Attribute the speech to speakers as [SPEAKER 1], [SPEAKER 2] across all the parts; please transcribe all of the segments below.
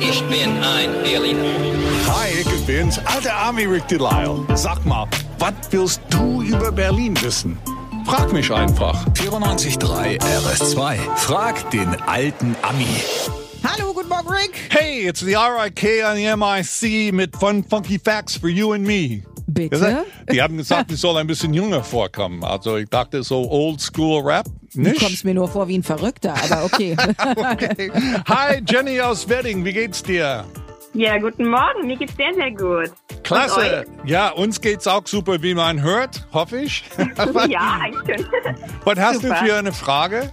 [SPEAKER 1] Ich bin ein Berliner.
[SPEAKER 2] Hi, ich bin's, alter Army Rick Delisle. Sag mal, was willst du über Berlin wissen? Frag mich einfach.
[SPEAKER 3] 94.3 RS2. Frag den alten Ami.
[SPEAKER 4] Hallo, guten Morgen, Rick.
[SPEAKER 2] Hey, it's the RIK on the MIC mit Fun Funky Facts for you and me.
[SPEAKER 4] Bitte?
[SPEAKER 2] Die haben gesagt, ich soll ein bisschen jünger vorkommen. Also ich dachte so Old School Rap.
[SPEAKER 4] Du kommst
[SPEAKER 2] Nicht?
[SPEAKER 4] mir nur vor wie ein Verrückter, aber okay.
[SPEAKER 2] Hi Jenny aus Wedding, wie geht's dir?
[SPEAKER 5] Ja, guten Morgen. Mir geht's sehr, sehr gut.
[SPEAKER 2] Klasse. Ja, uns geht's auch super, wie man hört, hoffe ich.
[SPEAKER 5] Und euch? Ja, eigentlich schon.
[SPEAKER 2] Was hast
[SPEAKER 5] super.
[SPEAKER 2] du für eine Frage?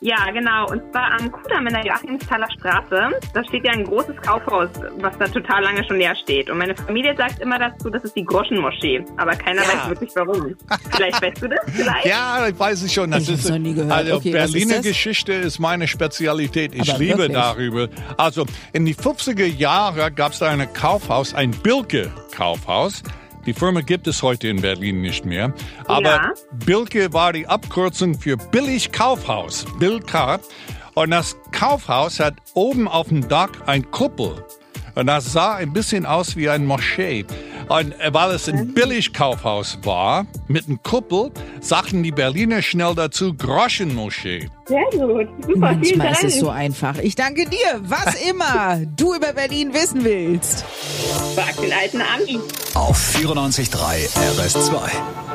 [SPEAKER 5] Ja, genau. Und zwar am Kudamm in der Joachimsthaler Straße. Da steht ja ein großes Kaufhaus, was da total lange schon leer steht. Und meine Familie sagt immer dazu, das ist die Groschenmoschee. Aber keiner weiß wirklich warum. Vielleicht weißt du das? Vielleicht?
[SPEAKER 2] Ja, ich weiß es schon. Das
[SPEAKER 4] Ich
[SPEAKER 2] ist
[SPEAKER 4] hab's noch nie gehört.
[SPEAKER 2] Also
[SPEAKER 4] Okay, was ist
[SPEAKER 2] Berliner
[SPEAKER 4] das?
[SPEAKER 2] Geschichte ist meine Spezialität. Ich
[SPEAKER 4] Aber
[SPEAKER 2] liebe
[SPEAKER 4] wirklich?
[SPEAKER 2] darüber. Also in die 50er Jahre gab es da ein Kaufhaus, ein Bilke-Kaufhaus. Die Firma gibt es heute in Berlin nicht mehr. Aber
[SPEAKER 5] Ja.
[SPEAKER 2] Bilke war die Abkürzung für Billig Kaufhaus, Bilka. Und das Kaufhaus hat oben auf dem Dach ein Kuppel. Und das sah ein bisschen aus wie ein Moschee. Und äh, weil es ein Billigkaufhaus war, mit einem Kuppel, sagten die Berliner schnell dazu Groschenmoschee.
[SPEAKER 5] Sehr gut. Super, vielen
[SPEAKER 4] Manchmal
[SPEAKER 5] Dank.
[SPEAKER 4] ist es so einfach. Ich danke dir, was immer du über Berlin wissen willst.
[SPEAKER 5] Frag den alten Ami.
[SPEAKER 3] Auf 94.3 RS2.